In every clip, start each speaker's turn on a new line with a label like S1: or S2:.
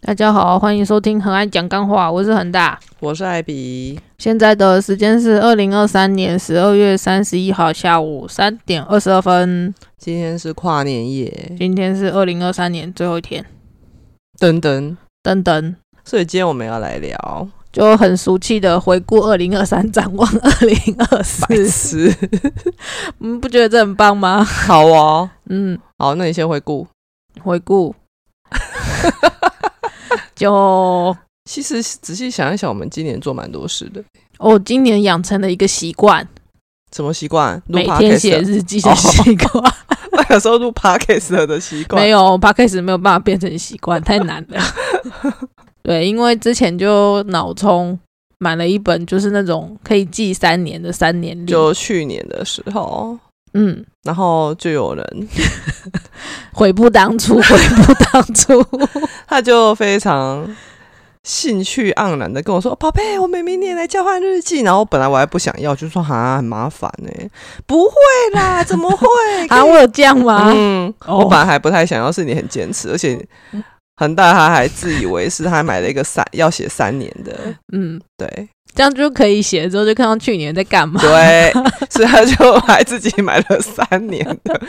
S1: 大家好，欢迎收听《很爱讲干话》，我是恒大。
S2: 我是艾比，
S1: 现在的时间是二零二三年十二月三十一号下午三点二十二分。
S2: 今天是跨年夜，
S1: 今天是二零二三年最后一天，
S2: 等等，
S1: 等等，
S2: 所以今天我们要来聊
S1: 就很俗气的回顾二零二三，展望二零二四。
S2: 白痴，
S1: 嗯，不觉得这很棒吗？
S2: 好哦，
S1: 嗯，
S2: 好，那你先回顾。
S1: 回顾， 就
S2: 其实仔细想一想，我们今年做蛮多事的，
S1: 我、哦今年养成了一个习惯，
S2: 什么习惯？录
S1: 每天写
S2: podcast 啊哦
S1: 日记的习惯。
S2: 那个时候录 podcast 的习惯，
S1: 没有 p o d c a s 没有办法变成习惯，太难 了。对，因为之前就脑充买了一本，就是那种可以记三年的三年历，
S2: 就去年的时候，
S1: 嗯，
S2: 然后就有人，
S1: 悔不当 初，悔不当初。
S2: 他就非常。兴趣盎然的跟我说：“哦宝贝，我们明年来交换日记。”然后本来我还不想要，就说：“哈，很麻烦呢、不会 啦，怎么会？可以
S1: 啊，我有这样吗？
S2: 嗯，我
S1: 哦
S2: 本来还不太想要，是你很坚持，而且恒大他还自以为是，他还买了一个三要写三年的，
S1: 嗯，
S2: 对
S1: 这样就可以写了之后就看到去年在干 嘛。
S2: 对，所以他就还自己买了三年的，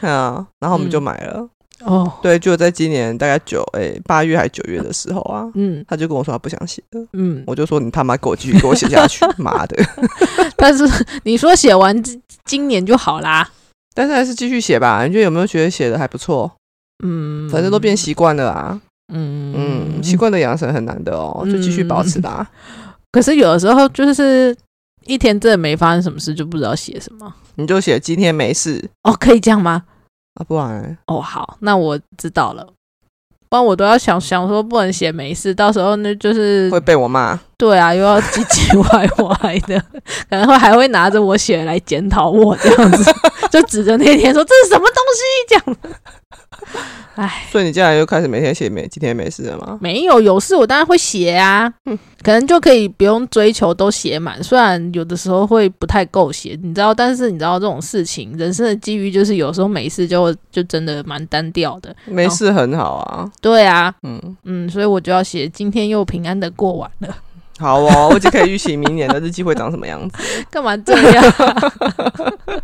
S2: 嗯，然后我们就买了，
S1: 哦，
S2: 对，就在今年大概九诶八月还九月的时候啊，
S1: 嗯
S2: 他就跟我说他不想写了，
S1: 嗯，
S2: 我就说你他妈给我继续给我写下去，妈的！
S1: 但是你说写完今今年就好啦。
S2: 但是还是继续写吧，你觉得有没有觉得写的还不错？
S1: 嗯，
S2: 反正都变习惯了啊，
S1: 嗯
S2: 嗯，习惯的养成很难的哦，就继续保持吧。
S1: 可是有的时候就是一天真的没发生什么事，就不知道写什么。
S2: 你就写今天没事
S1: 哦，可以这样吗？
S2: 啊，不然
S1: 哦，好，那我知道了。不然我都要想想说不能写没事，到时候那就是
S2: 会被我骂。
S1: 对啊，又要唧唧歪歪的， 可能会还会拿着我写来检讨我这样子， 就指着那天说这是什么东西这样。哎，
S2: 所以你接下来就开始每天写没今天没事了吗？
S1: 没有有事我当然会写啊，
S2: 嗯
S1: 可能就可以不用追求都写满，虽然有的时候会不太够写，你知道，但是你知道这种事情，人生的机遇就是有时候没事就就真的蛮单调的。
S2: 没事很好啊，
S1: 对啊，
S2: 嗯，
S1: 嗯，所以我就要写今天又平安的过完 了，
S2: 好哦，我就可以预期明年的日记会长什么样子。
S1: 干嘛这样？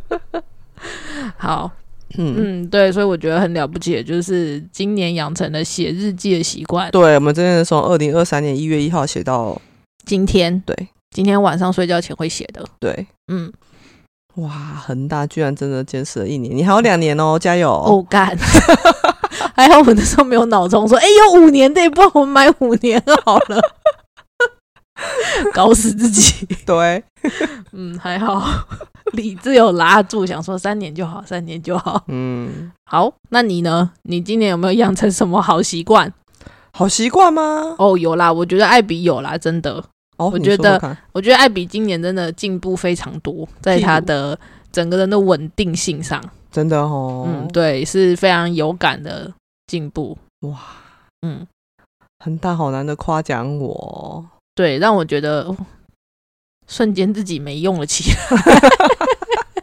S1: 好，
S2: 嗯，
S1: 嗯，对，所以我觉得很了不起的就是今年养成了写日记的习惯。
S2: 对，我们真的是从二零二三年一月一号写到
S1: 今天，
S2: 对，
S1: 今天晚上睡觉前会写的。
S2: 对，
S1: 嗯，
S2: 哇，恒大居然真的坚持了一年，你还有两年哦，加油！
S1: 哦干， 还好我那时候没有脑中说，哎、有五年的，不然我们买五年好了， 搞死自己。
S2: 对，
S1: 嗯，还好， 理智有拉住，想说三年就好，三年就好。
S2: 嗯，
S1: 好，那你呢？你今年有没有养成什么好习惯？
S2: 好习惯吗？
S1: 哦，有啦，我觉得艾比有啦，真的，
S2: 哦，
S1: 我
S2: 你
S1: 觉
S2: 说
S1: 得
S2: 说看
S1: 我觉得艾比今年真的进步非常多，在
S2: 譬如
S1: 他的整个人的稳定性上，
S2: 真的哦，
S1: 嗯，对，是非常有感的进步，
S2: 哇，
S1: 嗯，
S2: 恒大好难的夸奖我哦。
S1: 对，让我觉得、哦瞬间自己没用了起来，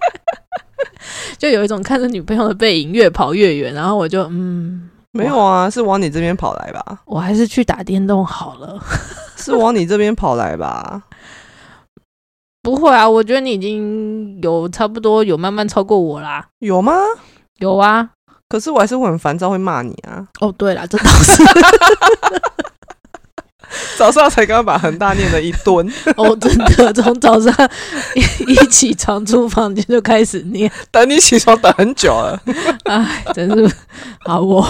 S1: 就有一种看着女朋友的背影越跑越远，然后我就嗯，
S2: 没有啊，是往你这边跑来吧？
S1: 我还是去打电动好了。
S2: 是往你这边跑来吧？
S1: 不会啊，我觉得你已经有差不多有慢慢超过我啦。
S2: 有吗？
S1: 有啊，
S2: 可是我还是会很烦躁，会骂你啊！
S1: 哦对啦，这倒是
S2: 早上才刚把恒大念了一 顿，
S1: 哦，真的从早上一 一起床出房间就开始念，
S2: 等你起床等很久了。
S1: 哎，真是 好哦我、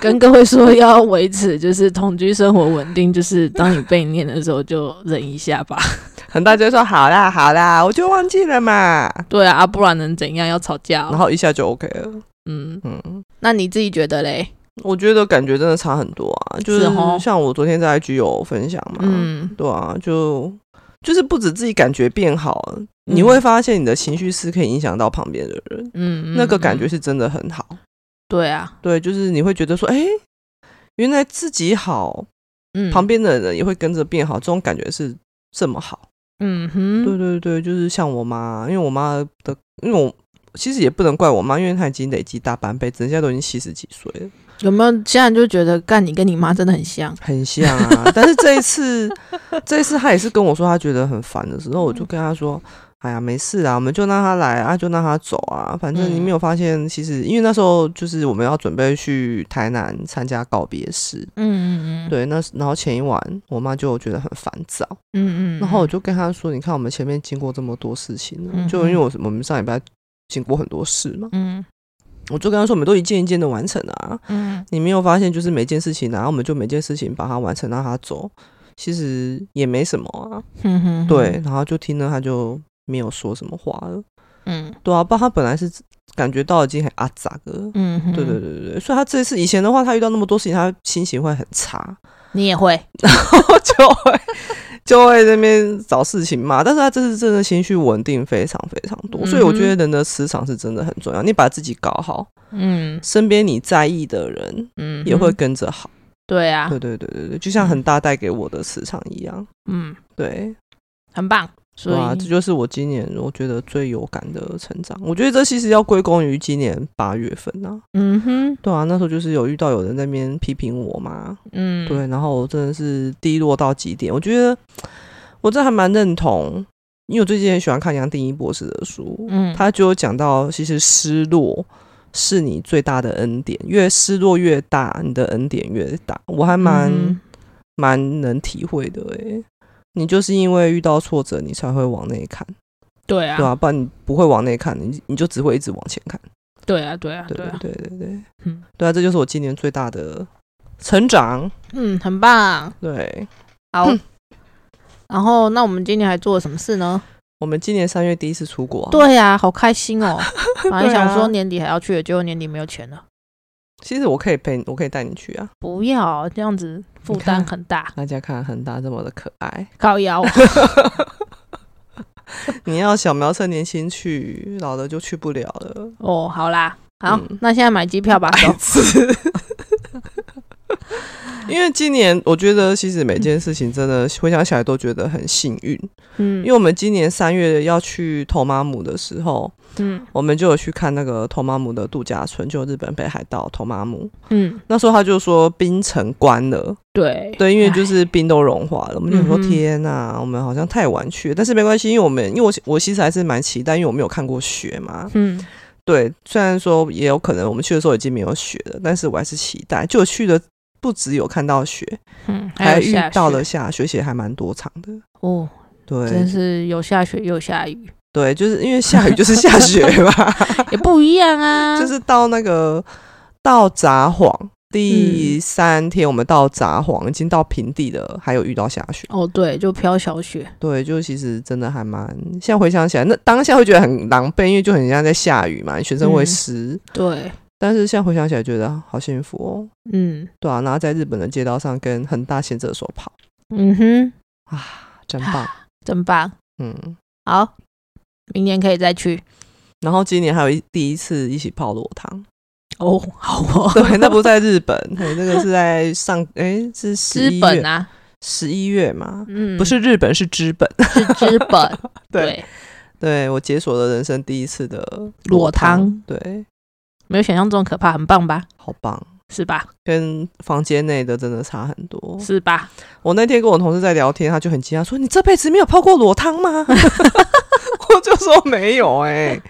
S1: 跟各位说，要维持就是同居生活稳定，就是当你被念的时候就忍一下 吧。
S2: 恒大就说：“好啦，好啦，我就忘记了嘛。
S1: 对啊，啊不然能怎样？要吵架、
S2: 然
S1: 哦？
S2: 后一下就 OK 了。
S1: 嗯，
S2: 嗯，
S1: 那你自己觉得嘞？
S2: 我觉得感觉真的差很多啊，就是是
S1: 哦
S2: 像我昨天在 IG 有分享嘛，
S1: 嗯，
S2: 对啊，就就是不止自己感觉变好，你
S1: 嗯
S2: 会发现你的情绪是可以影响到旁边的人，
S1: 嗯，
S2: 那个感觉
S1: 嗯
S2: 是真的很好。
S1: 对啊，
S2: 对，就是你会觉得说，哎、原来自己好，
S1: 嗯，
S2: 旁边的人也会跟着变好，这种感觉是这么好。
S1: 嗯哼，
S2: 对对对，就是像我妈，因为我妈的，因为我其实也不能怪我妈，因为她已经累积大半辈子，人家都已经七十几岁了，
S1: 有没有？现在就觉得干你跟你妈真的很像，
S2: 很像 啊。但是这一次，这一次她也是跟我说她觉得很烦的时候，我就跟她说。哎呀，没事啊，我们就让她来啊，就让她走啊。反正你没有发现，其实因为那时候就是我们要准备去台南参加告别式，
S1: 嗯嗯嗯，
S2: 对，那然后前一晚我妈就觉得很烦躁，
S1: 嗯嗯，
S2: 然后我就跟她说：“你看，我们前面经过这么多事情了，
S1: 嗯
S2: 就因为我我们上礼拜经过很多事嘛，
S1: 嗯
S2: 我就跟她说，我们都一件一件的完成了啊。
S1: 嗯
S2: 你没有发现，就是每件事情、啊然后我们就每件事情把它完成，让她走，其实也没什么啊。
S1: 嗯嗯，
S2: 对，，然后就听了，她就没有说什么话了。
S1: 嗯
S2: 对啊，不然她本来是感觉到已经很阿杂了。
S1: 嗯，
S2: 对对，对对对，所以她这次以前的话，她遇到那么多事情，她心情会很差，
S1: 你也会，
S2: 就会就会在那边找事情骂。但是他这次真的情绪稳定非常非常
S1: 嗯
S2: 多，所以我觉得人的磁场是真的很重要。你把自己搞好，
S1: 嗯
S2: 身边你在意的人
S1: 嗯，
S2: 也会，跟着好。
S1: 对啊，
S2: 对对对对对，就像恒大带给我的磁场一样。
S1: 嗯，
S2: 对，
S1: 很棒，所
S2: 哇，这
S1: 以
S2: 就是我今年我觉得最有感的成长。我觉得这其实要归功于今年八月份啊，
S1: 嗯哼，
S2: 对啊，那时候就是有遇到有人在那边批评我嘛，
S1: 嗯，
S2: 对，然后我真的是低落到极点。我觉得我真的还蛮认同，因为我最近很喜欢看杨定一博士的书，
S1: 嗯，
S2: 他就有讲到，其实失落是你最大的恩典，越失落越大，你的恩典越大。我还蛮、
S1: 嗯
S2: 蛮能体会的诶、你就是因为遇到挫折，你才会往内看，
S1: 对啊
S2: 对，吧、不然你不会往内看，你你就只会一直往前看。
S1: 对啊，对啊，
S2: 对
S1: 对啊，
S2: 对对对对，
S1: 嗯
S2: 对啊，这就是我今年最大的成长。
S1: 嗯，很棒，
S2: 对，
S1: 好。然后，那我们今年还做了什么事呢？
S2: 我们今年三月第一次出国、啊，，
S1: 对呀、好开心 哦！本来
S2: 对啊
S1: 想说年底还要去的，结果年底没有钱了。
S2: 其实我可以陪，我可以带你去啊。
S1: 不要这样子，负担很大，
S2: 大家看恒大这么的可爱，
S1: 靠腰。
S2: 你要小苗趁年轻去，老了就去不了了。
S1: 哦，好啦，好，
S2: 嗯哎
S1: 那现在买机票吧，走。
S2: 因为今年我觉得，其实每件事情真的回想起来都觉得很幸运。
S1: 嗯，
S2: 因为我们今年三月要去头妈姆的时候，
S1: 嗯
S2: 我们就有去看那个头妈姆的度假村，就日本北海道头妈姆。
S1: 嗯，
S2: 那时候他就说冰城关了，
S1: 对
S2: 对，因为就是冰都融化了，我们就想说
S1: 哎嗯哼
S2: 天呐，我们好像太晚去了，但是没关系，因为我们因为我我其实还是蛮期待，因为我没有看过雪嘛
S1: 唉。嗯
S2: 对，虽然说也有可能我们去的时候已经没有雪了，但是我还是期待。就去的不只有看到雪，
S1: 嗯，
S2: 还
S1: 有
S2: 遇
S1: 下雪
S2: 到了下雪，雪还蛮多场的。
S1: 哦，真
S2: 对
S1: 是有下雪又下雨，
S2: 对，就是因为下雨就是下雪 嘛，
S1: 也不一样啊。
S2: 就是到那个到札幌
S1: 嗯
S2: 第三天，我们到札幌已经到平地了，还有遇到下雪。
S1: 哦，对，就飘小雪。
S2: 对，就其实真的还蛮，现在回想起来，那当下会觉得很狼狈，因为就很像在下雨嘛，全身会
S1: 嗯
S2: 湿。
S1: 对，
S2: 但是现在回想起来，觉得好幸福哦，
S1: 嗯
S2: 对啊，然后在日本的街道上跟恒大贤者手跑，啊
S1: 嗯哼，
S2: 真棒，
S1: 真棒。
S2: 嗯。
S1: 好，明年可以再去。
S2: 然后今年还有一第一次一起泡裸 汤，
S1: 哦，好哦，
S2: 对，那不是在日本，对，那个是在上，哎，是十一
S1: 资
S2: 月
S1: 本，啊，
S2: 十一月嘛，
S1: 嗯，
S2: 不是日本，是知本，
S1: 是资 本，
S2: 对，，对我解锁了人生第一次的
S1: 裸汤，
S2: 对，
S1: 没有想象中可怕，很棒吧？
S2: 好棒，
S1: 是吧？
S2: 跟房间内的真的差很多，
S1: 是吧？
S2: 我那天跟我同事在聊天，他就很惊讶说：“你这辈子没有泡过裸汤吗？” 我就说没有哎、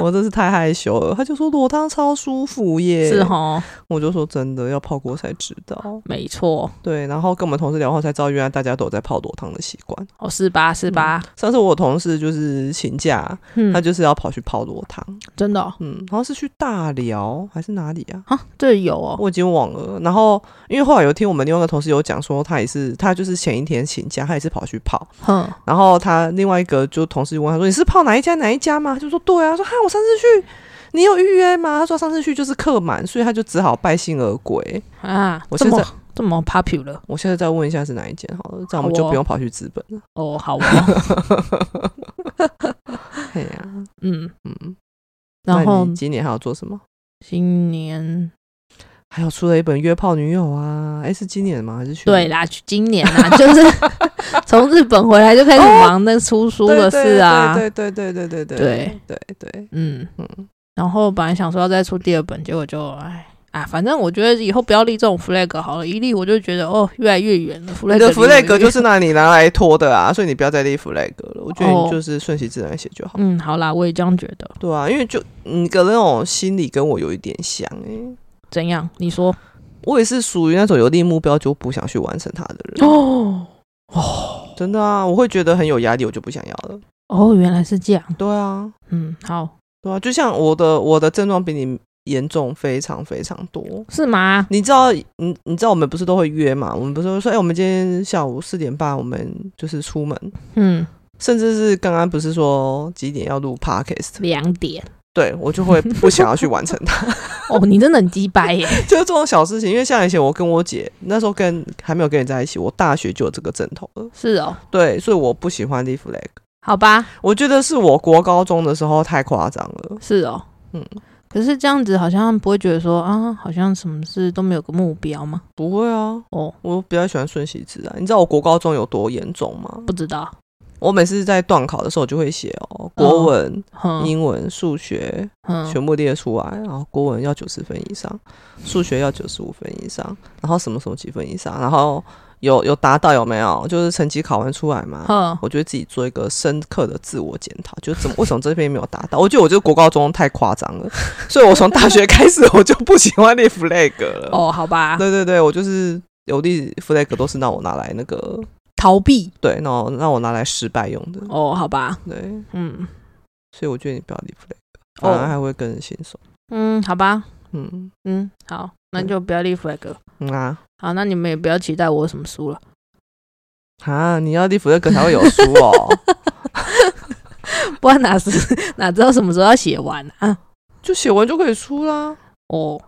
S2: 我真是太害羞了。他就说裸汤超舒服耶，
S1: 是哦，
S2: 我就说真的要泡过才知道。
S1: 没错，
S2: 对，然后跟我们同事聊后才知道，原来大家都有在泡裸汤的习惯。
S1: 哦，是吧？是吧？
S2: 上次我有同事就是请假，
S1: 嗯，
S2: 他就是要跑去泡裸汤，
S1: 真的哦
S2: 嗯，好像是去大寮还是哪里啊？
S1: 啊，这有哦，
S2: 我已经忘了。然后因为后来有听我们另外一个同事有讲说，他也是他就是前一天请假，他也是跑去泡。
S1: 哼，
S2: 然后他另外一个就同事就问他说：“你是泡哪一家哪一家吗？”他就说：“对啊。”他说：“哈，我上次去，你有预约吗？”他说：“上次去就是客满，所以他就只好败兴而归。
S1: 啊，
S2: 我
S1: 这
S2: 现在
S1: 么这么 popular
S2: 我现在再问一下是哪一间好了，这样我
S1: 好
S2: 们
S1: 哦
S2: 就不用跑去资本了。
S1: 哦，好哦，
S2: 哎呀、
S1: 嗯，
S2: 嗯。
S1: 然
S2: 那
S1: 后
S2: 你今年还有做什么？
S1: 今年
S2: 还有出了一本《约炮女友》啊？哎，是今年吗？还是去
S1: 对
S2: 年？
S1: 啦，今年啊， 就是从日本回来就
S2: 哦
S1: 开始忙那出书的事啊，
S2: 对对对对对对对
S1: 对
S2: 对对对，
S1: 嗯，
S2: 嗯，
S1: 然后本来想说要再出第二本，结果就哎啊，反正我觉得以后不要立这种 flag 好了，一立我就觉得哦越来越远了。flag
S2: 你的
S1: 离我越
S2: flag 就是拿你拿来拖的啊，所以你不要再立 flag 了。我觉得
S1: 哦
S2: 你就是顺其自然写就好。
S1: 嗯，好啦，我也这样觉得。
S2: 对啊，因为就你的那种心理跟我有一点像诶、
S1: 怎样？你说
S2: 我也是属于那种有定目标就不想去完成它的人。
S1: 哦
S2: 真的啊，我会觉得很有压力，我就不想要了。
S1: 哦，原来是这样。
S2: 对啊，
S1: 嗯，好，
S2: 对啊，就像我的我的症状比你严重非常非常多。
S1: 是吗？
S2: 你知道，你你知道我们不是都会约嘛？我们不是会说，哎、我们今天下午四点半，我们就是出门，
S1: 嗯，
S2: 甚至是刚刚不是说几点要录 podcast？
S1: 两点。
S2: 对我就会不想要去完成它，
S1: 哦，你真的很鸡掰耶！
S2: 就是这种小事情。因为像以前我跟我姐那时候跟还没有跟你在一起，我大学就有这个症头了，
S1: 是哦，
S2: 对，所以我不喜欢立 flag。
S1: 好吧，
S2: 我觉得是我国高中的时候太夸张了，
S1: 是哦，嗯
S2: 嗯。
S1: 可是这样子好像不会觉得说啊，好像什么事都没有个目标吗？
S2: 不会啊，
S1: 哦，
S2: 我比较喜欢顺其自然。你知道我国高中有多严重吗？
S1: 不知道，
S2: 我每次在断考的时候，我就会写哦，国文、
S1: 哼
S2: 英文、数学
S1: 哼，
S2: 全部列出来，然后国文要九十分以上，数学要九十五分以上，然后什么什么几分以上，然后有有达到有没有？就是成绩考完出来嘛。
S1: 哼，
S2: 我觉得自己做一个深刻的自我检讨，就是怎么为什么这边没有达到？我觉得我这个国高中太夸张了， 所以我从大学开始我就不喜欢立 flag 了。
S1: 哦，好吧，
S2: 对对对，我就是有立 flag 都是让我拿来那个，
S1: 逃避，
S2: 对，让我让我拿来失败用的。
S1: 哦，好吧，
S2: 对，
S1: 嗯
S2: 所以我觉得你不要立 flag，
S1: 哦
S2: 反而还会更新手。
S1: 嗯，好吧，
S2: 嗯
S1: 嗯，好，那
S2: 嗯
S1: 就不要立 flag 了。
S2: 嗯啊
S1: 好，那你们也不要期待我有什么书了。
S2: 啊，你要立 flag 才会有书哦。
S1: 不然哪是 哪知道什么时候要写完啊？
S2: 就写完就可以出啦。
S1: 哦，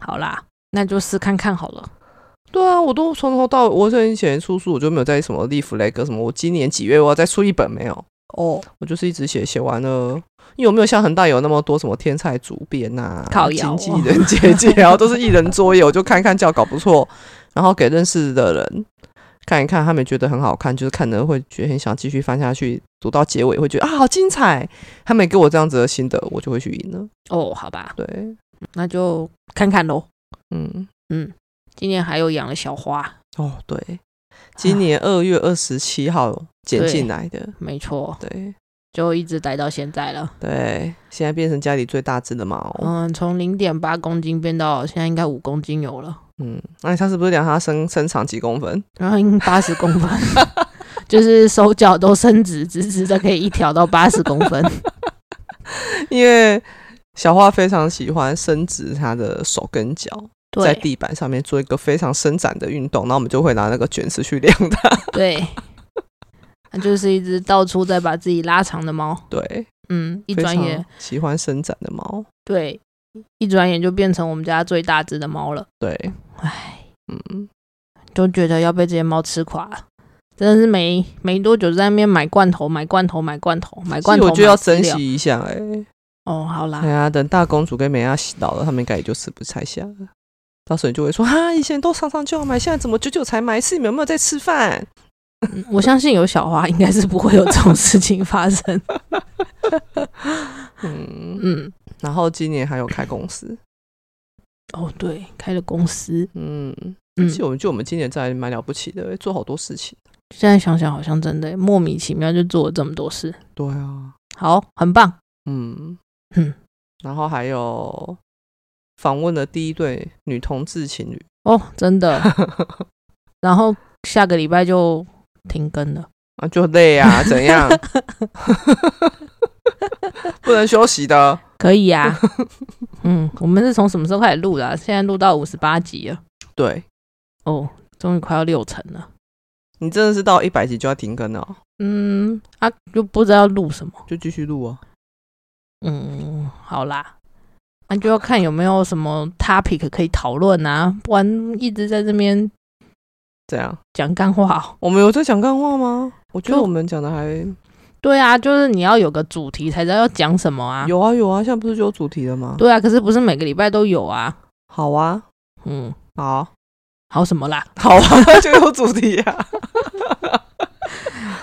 S1: 好啦，那就试看看好了。
S2: 对啊，我都从头到尾，我以前出书我就没有在什么立 flag 什么，我今年几月我要再出一本没有？
S1: 哦，
S2: 我就是一直写，写完了，因为我没有像恒大有那么多什么天才主编呐、
S1: 靠谣
S2: 经
S1: 哦
S2: 纪人姐姐，然后都是一人作业，我就看一看教稿不错，然后给认识的人看一看，他们觉得很好看，就是看的会觉得很想继续翻下去，读到结尾会觉得啊好精彩，他们也给我这样子的心得，我就会去赢了。
S1: 哦，好吧，
S2: 对，
S1: 那就看看喽。
S2: 嗯，
S1: 今年还有养了小花，啊
S2: 哦对，今年二月二十七号捡进来的，
S1: 没错，
S2: 对
S1: 就一直待到现在了。
S2: 对，现在变成家里最大只的猫。
S1: 嗯，从零点八公斤变到现在应该五公斤有了，
S2: 嗯，那你上次不是量它身身长几公分？
S1: 然后应八十公分，就是手脚都伸直直直的，可以一条到八十公分。
S2: 因为小花非常喜欢伸直她的手跟脚， 在
S1: 对
S2: 地板上面做一个非常伸展的运动，然后我们就会拿那个卷尺去量它。
S1: 对，它就是一只到处在把自己拉长的猫。
S2: 对，
S1: 嗯，一
S2: 非
S1: 转眼
S2: 常喜欢伸展的猫。
S1: 对，一转眼就变成我们家最大只的猫了，
S2: 对，
S1: 唉，
S2: 嗯，
S1: 就觉得要被这些猫吃垮了。真的是没没多久，在那边买罐头，买罐头，买罐头，买
S2: 所
S1: 罐
S2: 以
S1: 头，
S2: 我就要
S1: 买饲
S2: 珍
S1: 料
S2: 惜一下哎、
S1: 哦。好
S2: 哎
S1: 啦，
S2: 呀，等大公主跟美亚洗脑了，他们应该也就吃不太下了。到时候你就会说啊，以前都常常就要买，现在怎么久久才买一次？你们有没有在吃饭？
S1: 嗯我相信有小花，应该是不会有这种事情发 生。
S2: 嗯，
S1: 嗯，
S2: 然后今年还有开公司，
S1: 哦，对，开了公司，
S2: 嗯，
S1: 嗯，
S2: 其实我们就我们今年在蛮了不起的、做好多事情。
S1: 现在想想好像真的莫名其妙就做了这么多事，
S2: 对啊，
S1: 好，很棒。
S2: 嗯
S1: 嗯
S2: 然后还有访问了第一对女同志情侣，
S1: 哦，真的。然后下个礼拜就停更了。
S2: 啊，就累啊，怎样？ 不能休息的
S1: 可以 啊，嗯，我们是从什么时候开始录的啊、现在录到五十八集了，
S2: 对
S1: 哦，终于快要六成了。
S2: 你真的是到一百集就要停更了哦，
S1: 嗯，啊，就不知道录什么。
S2: 就继续录啊。
S1: 嗯，好啦，那、就要看有没有什么 topic 可以讨论啊，不然一直在这边
S2: 怎样？
S1: 讲干话、哦。
S2: 我们有在讲干话吗？我觉得
S1: 就
S2: 我们讲的还
S1: 对啊，就是你要有个主题才知道要讲什么啊。
S2: 有啊有啊，现在不是就有主题了吗？
S1: 对啊，可是不是每个礼拜都有啊。
S2: 好啊，
S1: 嗯，
S2: 好，
S1: 好什么啦？
S2: 好啊，就有主题啊。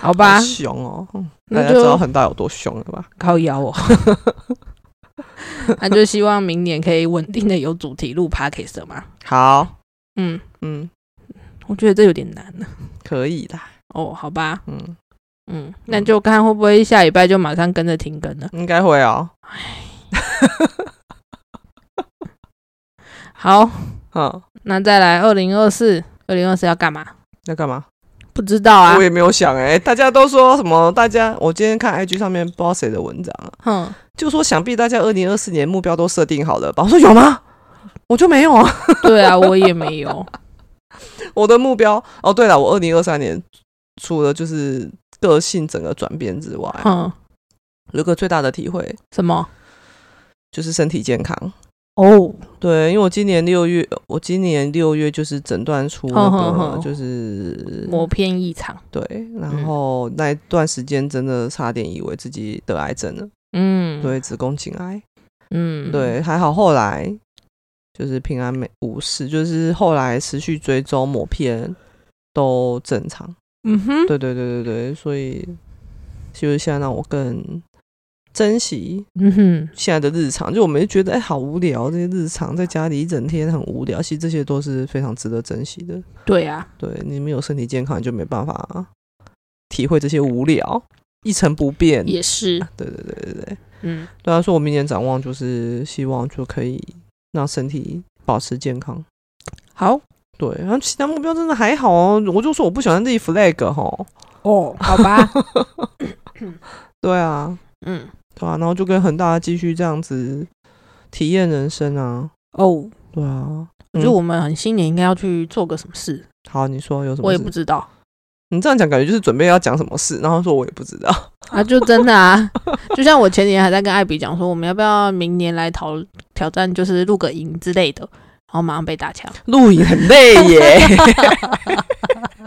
S1: 好吧
S2: 好，凶哦，嗯大
S1: 那
S2: 家知道
S1: 就
S2: 恒大有多凶了吧？
S1: 靠腰哦。 那就希望明年可以稳定的有主题录 podcast 嘛。
S2: 好，
S1: 嗯，
S2: 嗯，
S1: 我觉得这有点难呢。
S2: 可以的，
S1: 哦，好吧，
S2: 嗯，
S1: 嗯，那就看会不会下礼拜就马上跟着停更了。
S2: 应该会哦。
S1: 好，
S2: 嗯，
S1: 那再来二零二四，二零二四要干嘛？
S2: 要干嘛？
S1: 不知道啊
S2: 我，也没有想哎、大家都说什么？大家，我今天看 IG 上面不知道谁的文章，啊
S1: 哼，
S2: 就说想必大家二零二四年目标都设定好了吧？我说有吗？我就没有啊。
S1: 对啊，我也没有。
S2: 我的目标哦，对了，我二零二三年除了就是个性整个转变之外，
S1: 哼，
S2: 有一个最大的体会
S1: 什么？
S2: 就是身体健康。
S1: 哦，
S2: 对，因为我今年六月，我今年六月就是诊断出那
S1: 哼哼
S2: 个
S1: 哼
S2: 就是
S1: 磨片异常。
S2: 对，然
S1: 嗯
S2: 后那一段时间真的差点以为自己得癌症了，
S1: 嗯，，
S2: 对，子宫颈癌，
S1: 嗯，
S2: 对，还好后来就是平安没无事，就是后来持续追踪抹片都正常。
S1: 嗯哼，
S2: 对对对对对，所以就是现在让我更珍惜
S1: 嗯哼，
S2: 现在的日常。就我们就觉得哎、好无聊，这些日常在家里一整天很无聊，其实这些都是非常值得珍惜的。
S1: 对啊，
S2: 对你没有身体健康，你就没办法体会这些无聊、一成不变。
S1: 也 是，
S2: 对对对对对，
S1: 嗯，
S2: 对啊，所以我明年展望就是希望就可以让身体保持健康。
S1: 好
S2: 对，然后其他目标真的还好哦，我就说我不喜欢立 flag 哈。
S1: 哦，好吧，
S2: 对啊，
S1: 嗯，
S2: 对啊，然后就跟恒大继续这样子体验人生啊，
S1: 哦，
S2: 对啊。
S1: 我觉得我们很新年应该要去做个什么事，
S2: 好，你说有什么事？
S1: 我也不知道
S2: 你这样讲，感觉就是准备要讲什么事，然后说我也不知道。
S1: 啊，就真的啊， 就像我前年还在跟艾比讲说，我们要不要明年来挑挑战，就是录个营之类的，然后马上被打枪，
S2: 录影很累耶，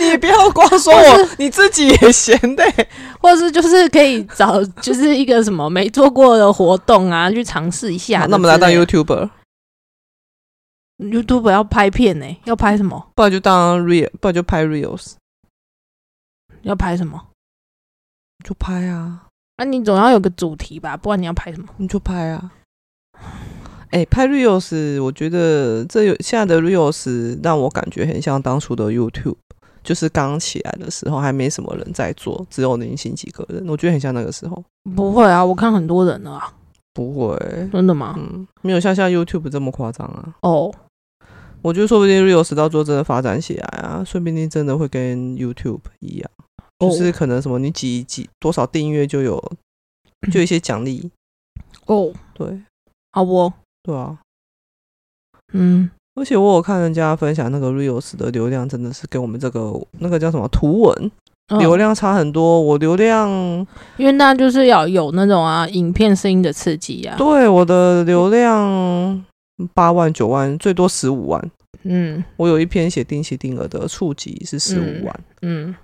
S2: 你不要光说我，你自己也闲累。
S1: 或者是就是可以找就是一个什么没做过的活动啊，去尝试一下
S2: 好
S1: 的之类的。
S2: 那我们来当 YouTuber，
S1: YouTube 要拍片呢、欸要拍什么？
S2: 不然就当 Real，不然就拍 Reels，
S1: 要拍什么？
S2: 就拍啊，
S1: 那、你总要有个主题吧，不然你要拍什么？
S2: 你就拍啊。哎、拍 Reels，我觉得这有现在的 Reels 让我感觉很像当初的 YouTube，就是刚起来的时候还没什么人在做，只有零星几个人，我觉得很像那个时候。
S1: 不会啊，我看很多人了啊，
S2: 不会，
S1: 真的吗？
S2: 嗯，没有像现在 YouTube 这么夸张啊。
S1: 哦，
S2: 我觉得说不定 Reels 到最后真的发展起来啊，说不定真的会跟 YouTube 一样，就是可能什么你几几多少订阅就有就一些奖励，
S1: 哦，
S2: 对
S1: 好哦，
S2: 对啊。
S1: 嗯，
S2: 而且我有看人家分享那个 Reels 的流量真的是跟我们这个那个叫什么图文、
S1: 嗯啊
S2: 流量差很多，我流量
S1: 因为那就是要有那种啊，影片声音的刺激啊，
S2: 对我的流量八万九万最多十五万，
S1: 嗯
S2: 我有一篇写定期定额的触及是十五万。
S1: 嗯，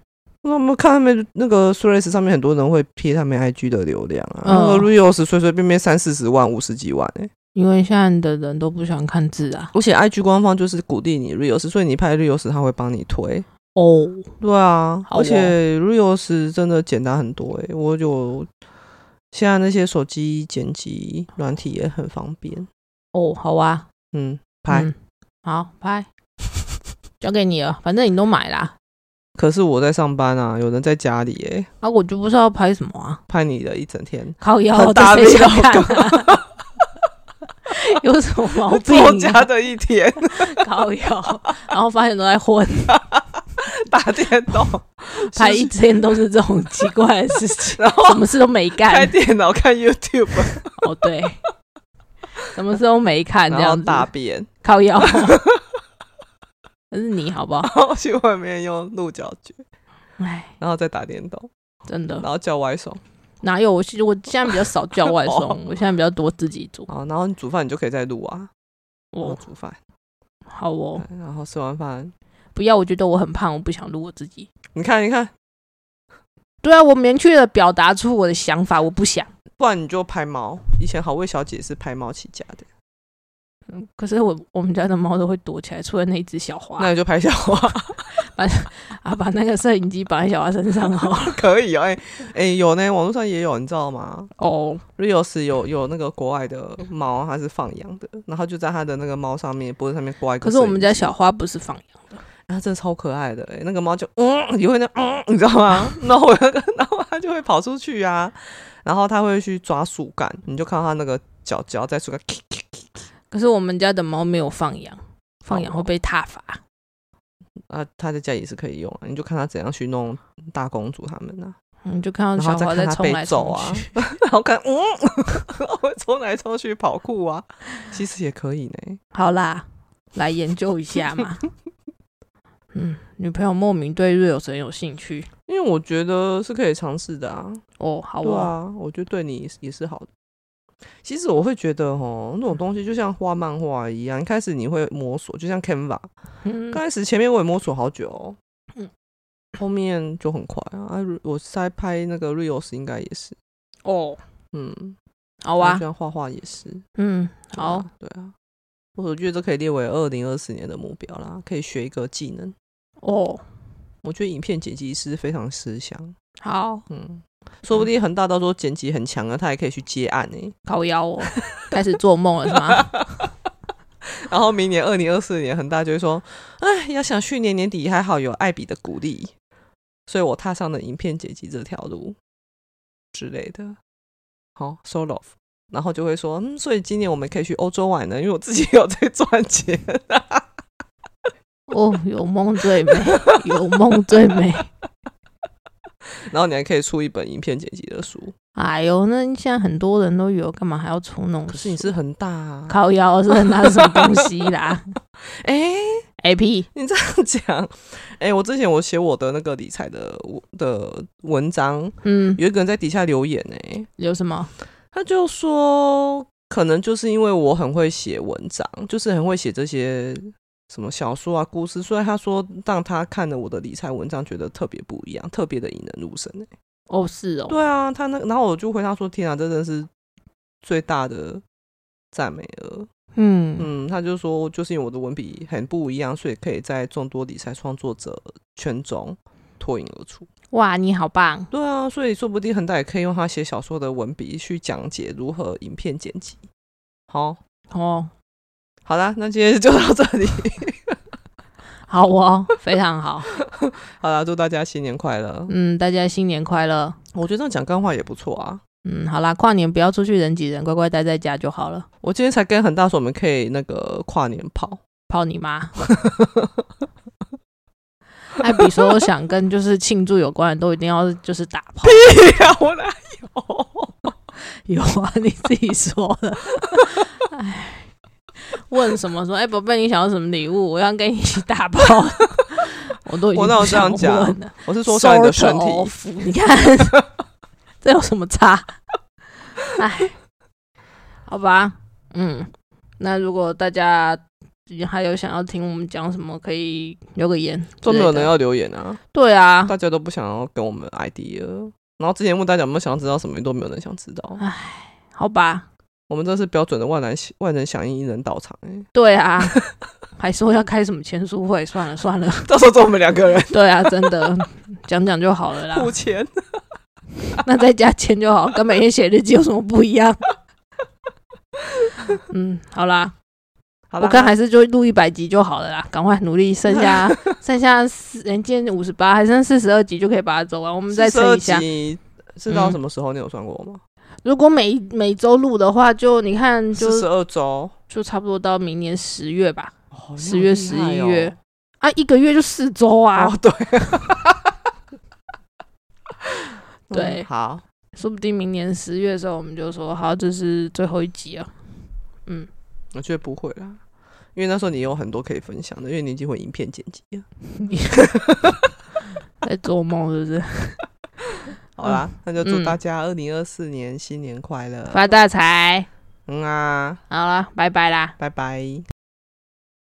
S2: 那我们看他们那个 s r e s 上面很多人会贴他们 IG 的流量啊，
S1: 嗯
S2: 那个 Reels 随随便便三四十万、五十几万哎、
S1: 因为现在的人都不喜欢看字啊，
S2: 而且 IG 官方就是鼓励你 Reels，所以你拍 Reels 他会帮你推。
S1: 哦，
S2: 对啊，
S1: 好哦
S2: 而且 Reels 真的简单很多哎、我有现在那些手机剪辑软体也很方便。
S1: 哦，好啊，
S2: 嗯，拍。
S1: 嗯好拍，交给你了，反正你都买啦，
S2: 可是我在上班啊，有人在家里哎、
S1: 啊，我就不知道要拍什么啊，
S2: 拍你的一整天，
S1: 靠腰
S2: 很，
S1: 这
S2: 大
S1: 谁想
S2: 力
S1: 看啊？ 有什么毛病
S2: 作
S1: 啊、
S2: 家的一天
S1: 靠腰，然后发现都在混，
S2: 打电动，
S1: 拍
S2: 是
S1: 一
S2: 不是
S1: 天都是这种奇怪的事 情，
S2: 然后
S1: 什么事都没干，
S2: 开电脑看 YouTube，
S1: 哦，对，什么时候没 看这
S2: 然后
S1: 样子？
S2: 大便，
S1: 靠腰， 那是你好不好？
S2: 然后去外面用鹿角蕨，
S1: 哎，
S2: 然后再打电动，
S1: 真的
S2: 然后叫外送。
S1: 哪有？我现我现在比较少叫外
S2: 哦
S1: 送，我现在比较多自己煮。
S2: 好，然后你煮饭你就可以再录啊，然后
S1: 我
S2: 煮饭，
S1: 好哦，
S2: 对然后吃完饭，
S1: 不要，我觉得我很胖，我不想录我自己。
S2: 你看你看，
S1: 对啊，我明确的表达出我的想法，我不想。
S2: 不然你就拍猫。以前好味小姐是拍猫起家的，
S1: 嗯可是我我们家的猫都会躲起来，除了那一只小花，
S2: 那你就拍小花。
S1: 啊，把那个摄影机绑在小花身上哦好了。
S2: 可以啊，哎、哎、有呢，网络上也有，你知道吗
S1: 哦，
S2: ？Rios 有有那个国外的猫，它是放养的，然后就在它的那个猫上面脖子上面挂一个摄
S1: 可
S2: 影机。
S1: 是我们家小花不是放养的，
S2: 啊，真的超可爱的、欸，那个猫就嗯，也会那嗯，你知道吗？ 然后我，然后它就会跑出去啊，然后它会去抓树干，你就看到它那个脚脚在树干，
S1: 可是我们家的猫没有放养，放养会被踏伐。
S2: 啊，它在家也是可以用啊，你就看它怎样去弄大公主他们啊，
S1: 嗯，就看到
S2: 然后
S1: 小
S2: 再
S1: 花
S2: 看
S1: 在
S2: 它
S1: 冲
S2: 被
S1: 来
S2: 揍
S1: 冲
S2: 啊
S1: 去，
S2: 然后看嗯， 会冲来冲去跑酷啊，其实也可以呢。
S1: 好啦，来研究一下嘛。嗯，女朋友莫名对瑞友神有兴趣
S2: 因为我觉得是可以尝试的啊，
S1: 哦，好
S2: 对
S1: 哦，
S2: 啊，我觉得对你也是好的。其实我会觉得，哦，那种东西就像画漫画一样，一开始你会摸索，就像 Canva，
S1: 嗯
S2: 刚开始前面我也摸索好久、哦，
S1: 嗯
S2: 后面就很快啊。啊如我在拍那个 reels 应该也是，
S1: 哦，
S2: 嗯，
S1: 好
S2: 就
S1: 啊，
S2: 像画画也是，
S1: 嗯，
S2: 对啊
S1: 好，，
S2: 对啊。我觉得这可以列为二零二四年的目标啦，可以学一个技能。
S1: 哦，
S2: 我觉得影片剪辑师非常吃香，
S1: 好，
S2: 嗯，说不定恒大到时候剪辑很强了，他也可以去接案呢、
S1: 靠腰 哦，开始做梦了是吗？
S2: 然后明年二零二四年，恒大就会说：“哎，要想去年年底还好有艾比的鼓励，所以我踏上了影片剪辑这条路之类的。”好，solo，然后就会说：“嗯，所以今年我们可以去欧洲玩呢，因为我自己 有在赚钱。
S1: 哦，有梦最 美，有梦最美。”
S2: 然后你还可以出一本影片剪辑的书，
S1: 哎呦，那现在很多人都有，干嘛还要出那种？
S2: 可是你是恒大、啊，
S1: 靠腰是那是什么东西 啦
S2: 哎，
S1: ？A P，
S2: 你这样讲，哎，我之前我写我的那个理财的的文章，
S1: 嗯，
S2: 有一个人在底下留言哎、
S1: 有什么？
S2: 他就说，可能就是因为我很会写文章，就是很会写这些什么小说啊、故事，所以他说让他看了我的理财文章，觉得特别不一样，特别的引人入胜、欸。
S1: 哦，是哦，
S2: 对啊，他那，然后我就回他说：“天啊，这真的是最大的赞美了。”
S1: 嗯，
S2: 嗯，他就说，就是因为我的文笔很不一样，所以可以在众多理财创作者圈中脱颖而出。
S1: 哇，你好棒，
S2: 对啊，所以说不定恒大也可以用他写小说的文笔去讲解如何影片剪辑。好，
S1: 哦，
S2: 好啦，那今天就到这里。
S1: 好哦，非常好，
S2: 好啦，祝大家新年快乐！
S1: 嗯，大家新年快乐，
S2: 我觉得这样讲干话也不错啊。
S1: 嗯，好啦，跨年不要出去人挤人，乖乖待在家就好了，
S2: 我今天才跟恒大说，我们可以那个跨年 跑。
S1: 泡你妈。 艾比所有想跟就是庆祝有关的，都一定要就是打 炮。
S2: 对呀，我哪有？
S1: 有啊，你自己说的。 哎，问什么说？哎、宝贝，你想要什么礼物？我要跟你一起打包。 我都已经
S2: 我哪有
S1: 不
S2: 这样
S1: 想
S2: 讲
S1: 问了
S2: 我是说像你的身
S1: Sort
S2: 体。
S1: of，你看 这有什么差？哎，好吧，嗯，那如果大家还有想要听我们讲什么，可以留个言。
S2: 都没有人？要留言啊，
S1: 对啊，
S2: 大家都不想要给我们 idea。然后之前问大家有没有想要知道什么，都没有人想知道。
S1: 好吧，
S2: 我们这是标准的万人万人响应，一人到场、欸。
S1: 对啊， 还说要开什么签书会，算了算了。
S2: 到时候只有我们两个人
S1: 对啊，真的讲讲就好了 啦。
S2: 付钱。
S1: 那在家签就好，跟每天写日记有什么不一样？ 嗯，好啦，
S2: 好啦
S1: 我看还是就录一百集就好了啦，赶快努力，剩 下剩下四，人间五十八，还剩四十二集就可以把它走完。我们再撑一下嗯
S2: 42。集是到什么时候？你有算过吗？
S1: 如果每每周录的话，就你看就
S2: 四十二周，
S1: 就差不多到明年十月吧，
S2: 哦
S1: 10月11月啊，一个月就四周啊，
S2: 啊，哦哦对，
S1: 对
S2: 嗯好，
S1: 说不定明年十月的时候我们就说好，这是最后一集 啊。 嗯，
S2: 我觉得不会啦，因为那时候你有很多可以分享的，因为你已经会影片剪辑了。
S1: 你在做梦是不是？
S2: 好啦，那就祝
S1: 嗯
S2: 大家二零二四年新年快乐。
S1: 发大财！
S2: 嗯啊，
S1: 好了，拜拜啦。
S2: 拜拜。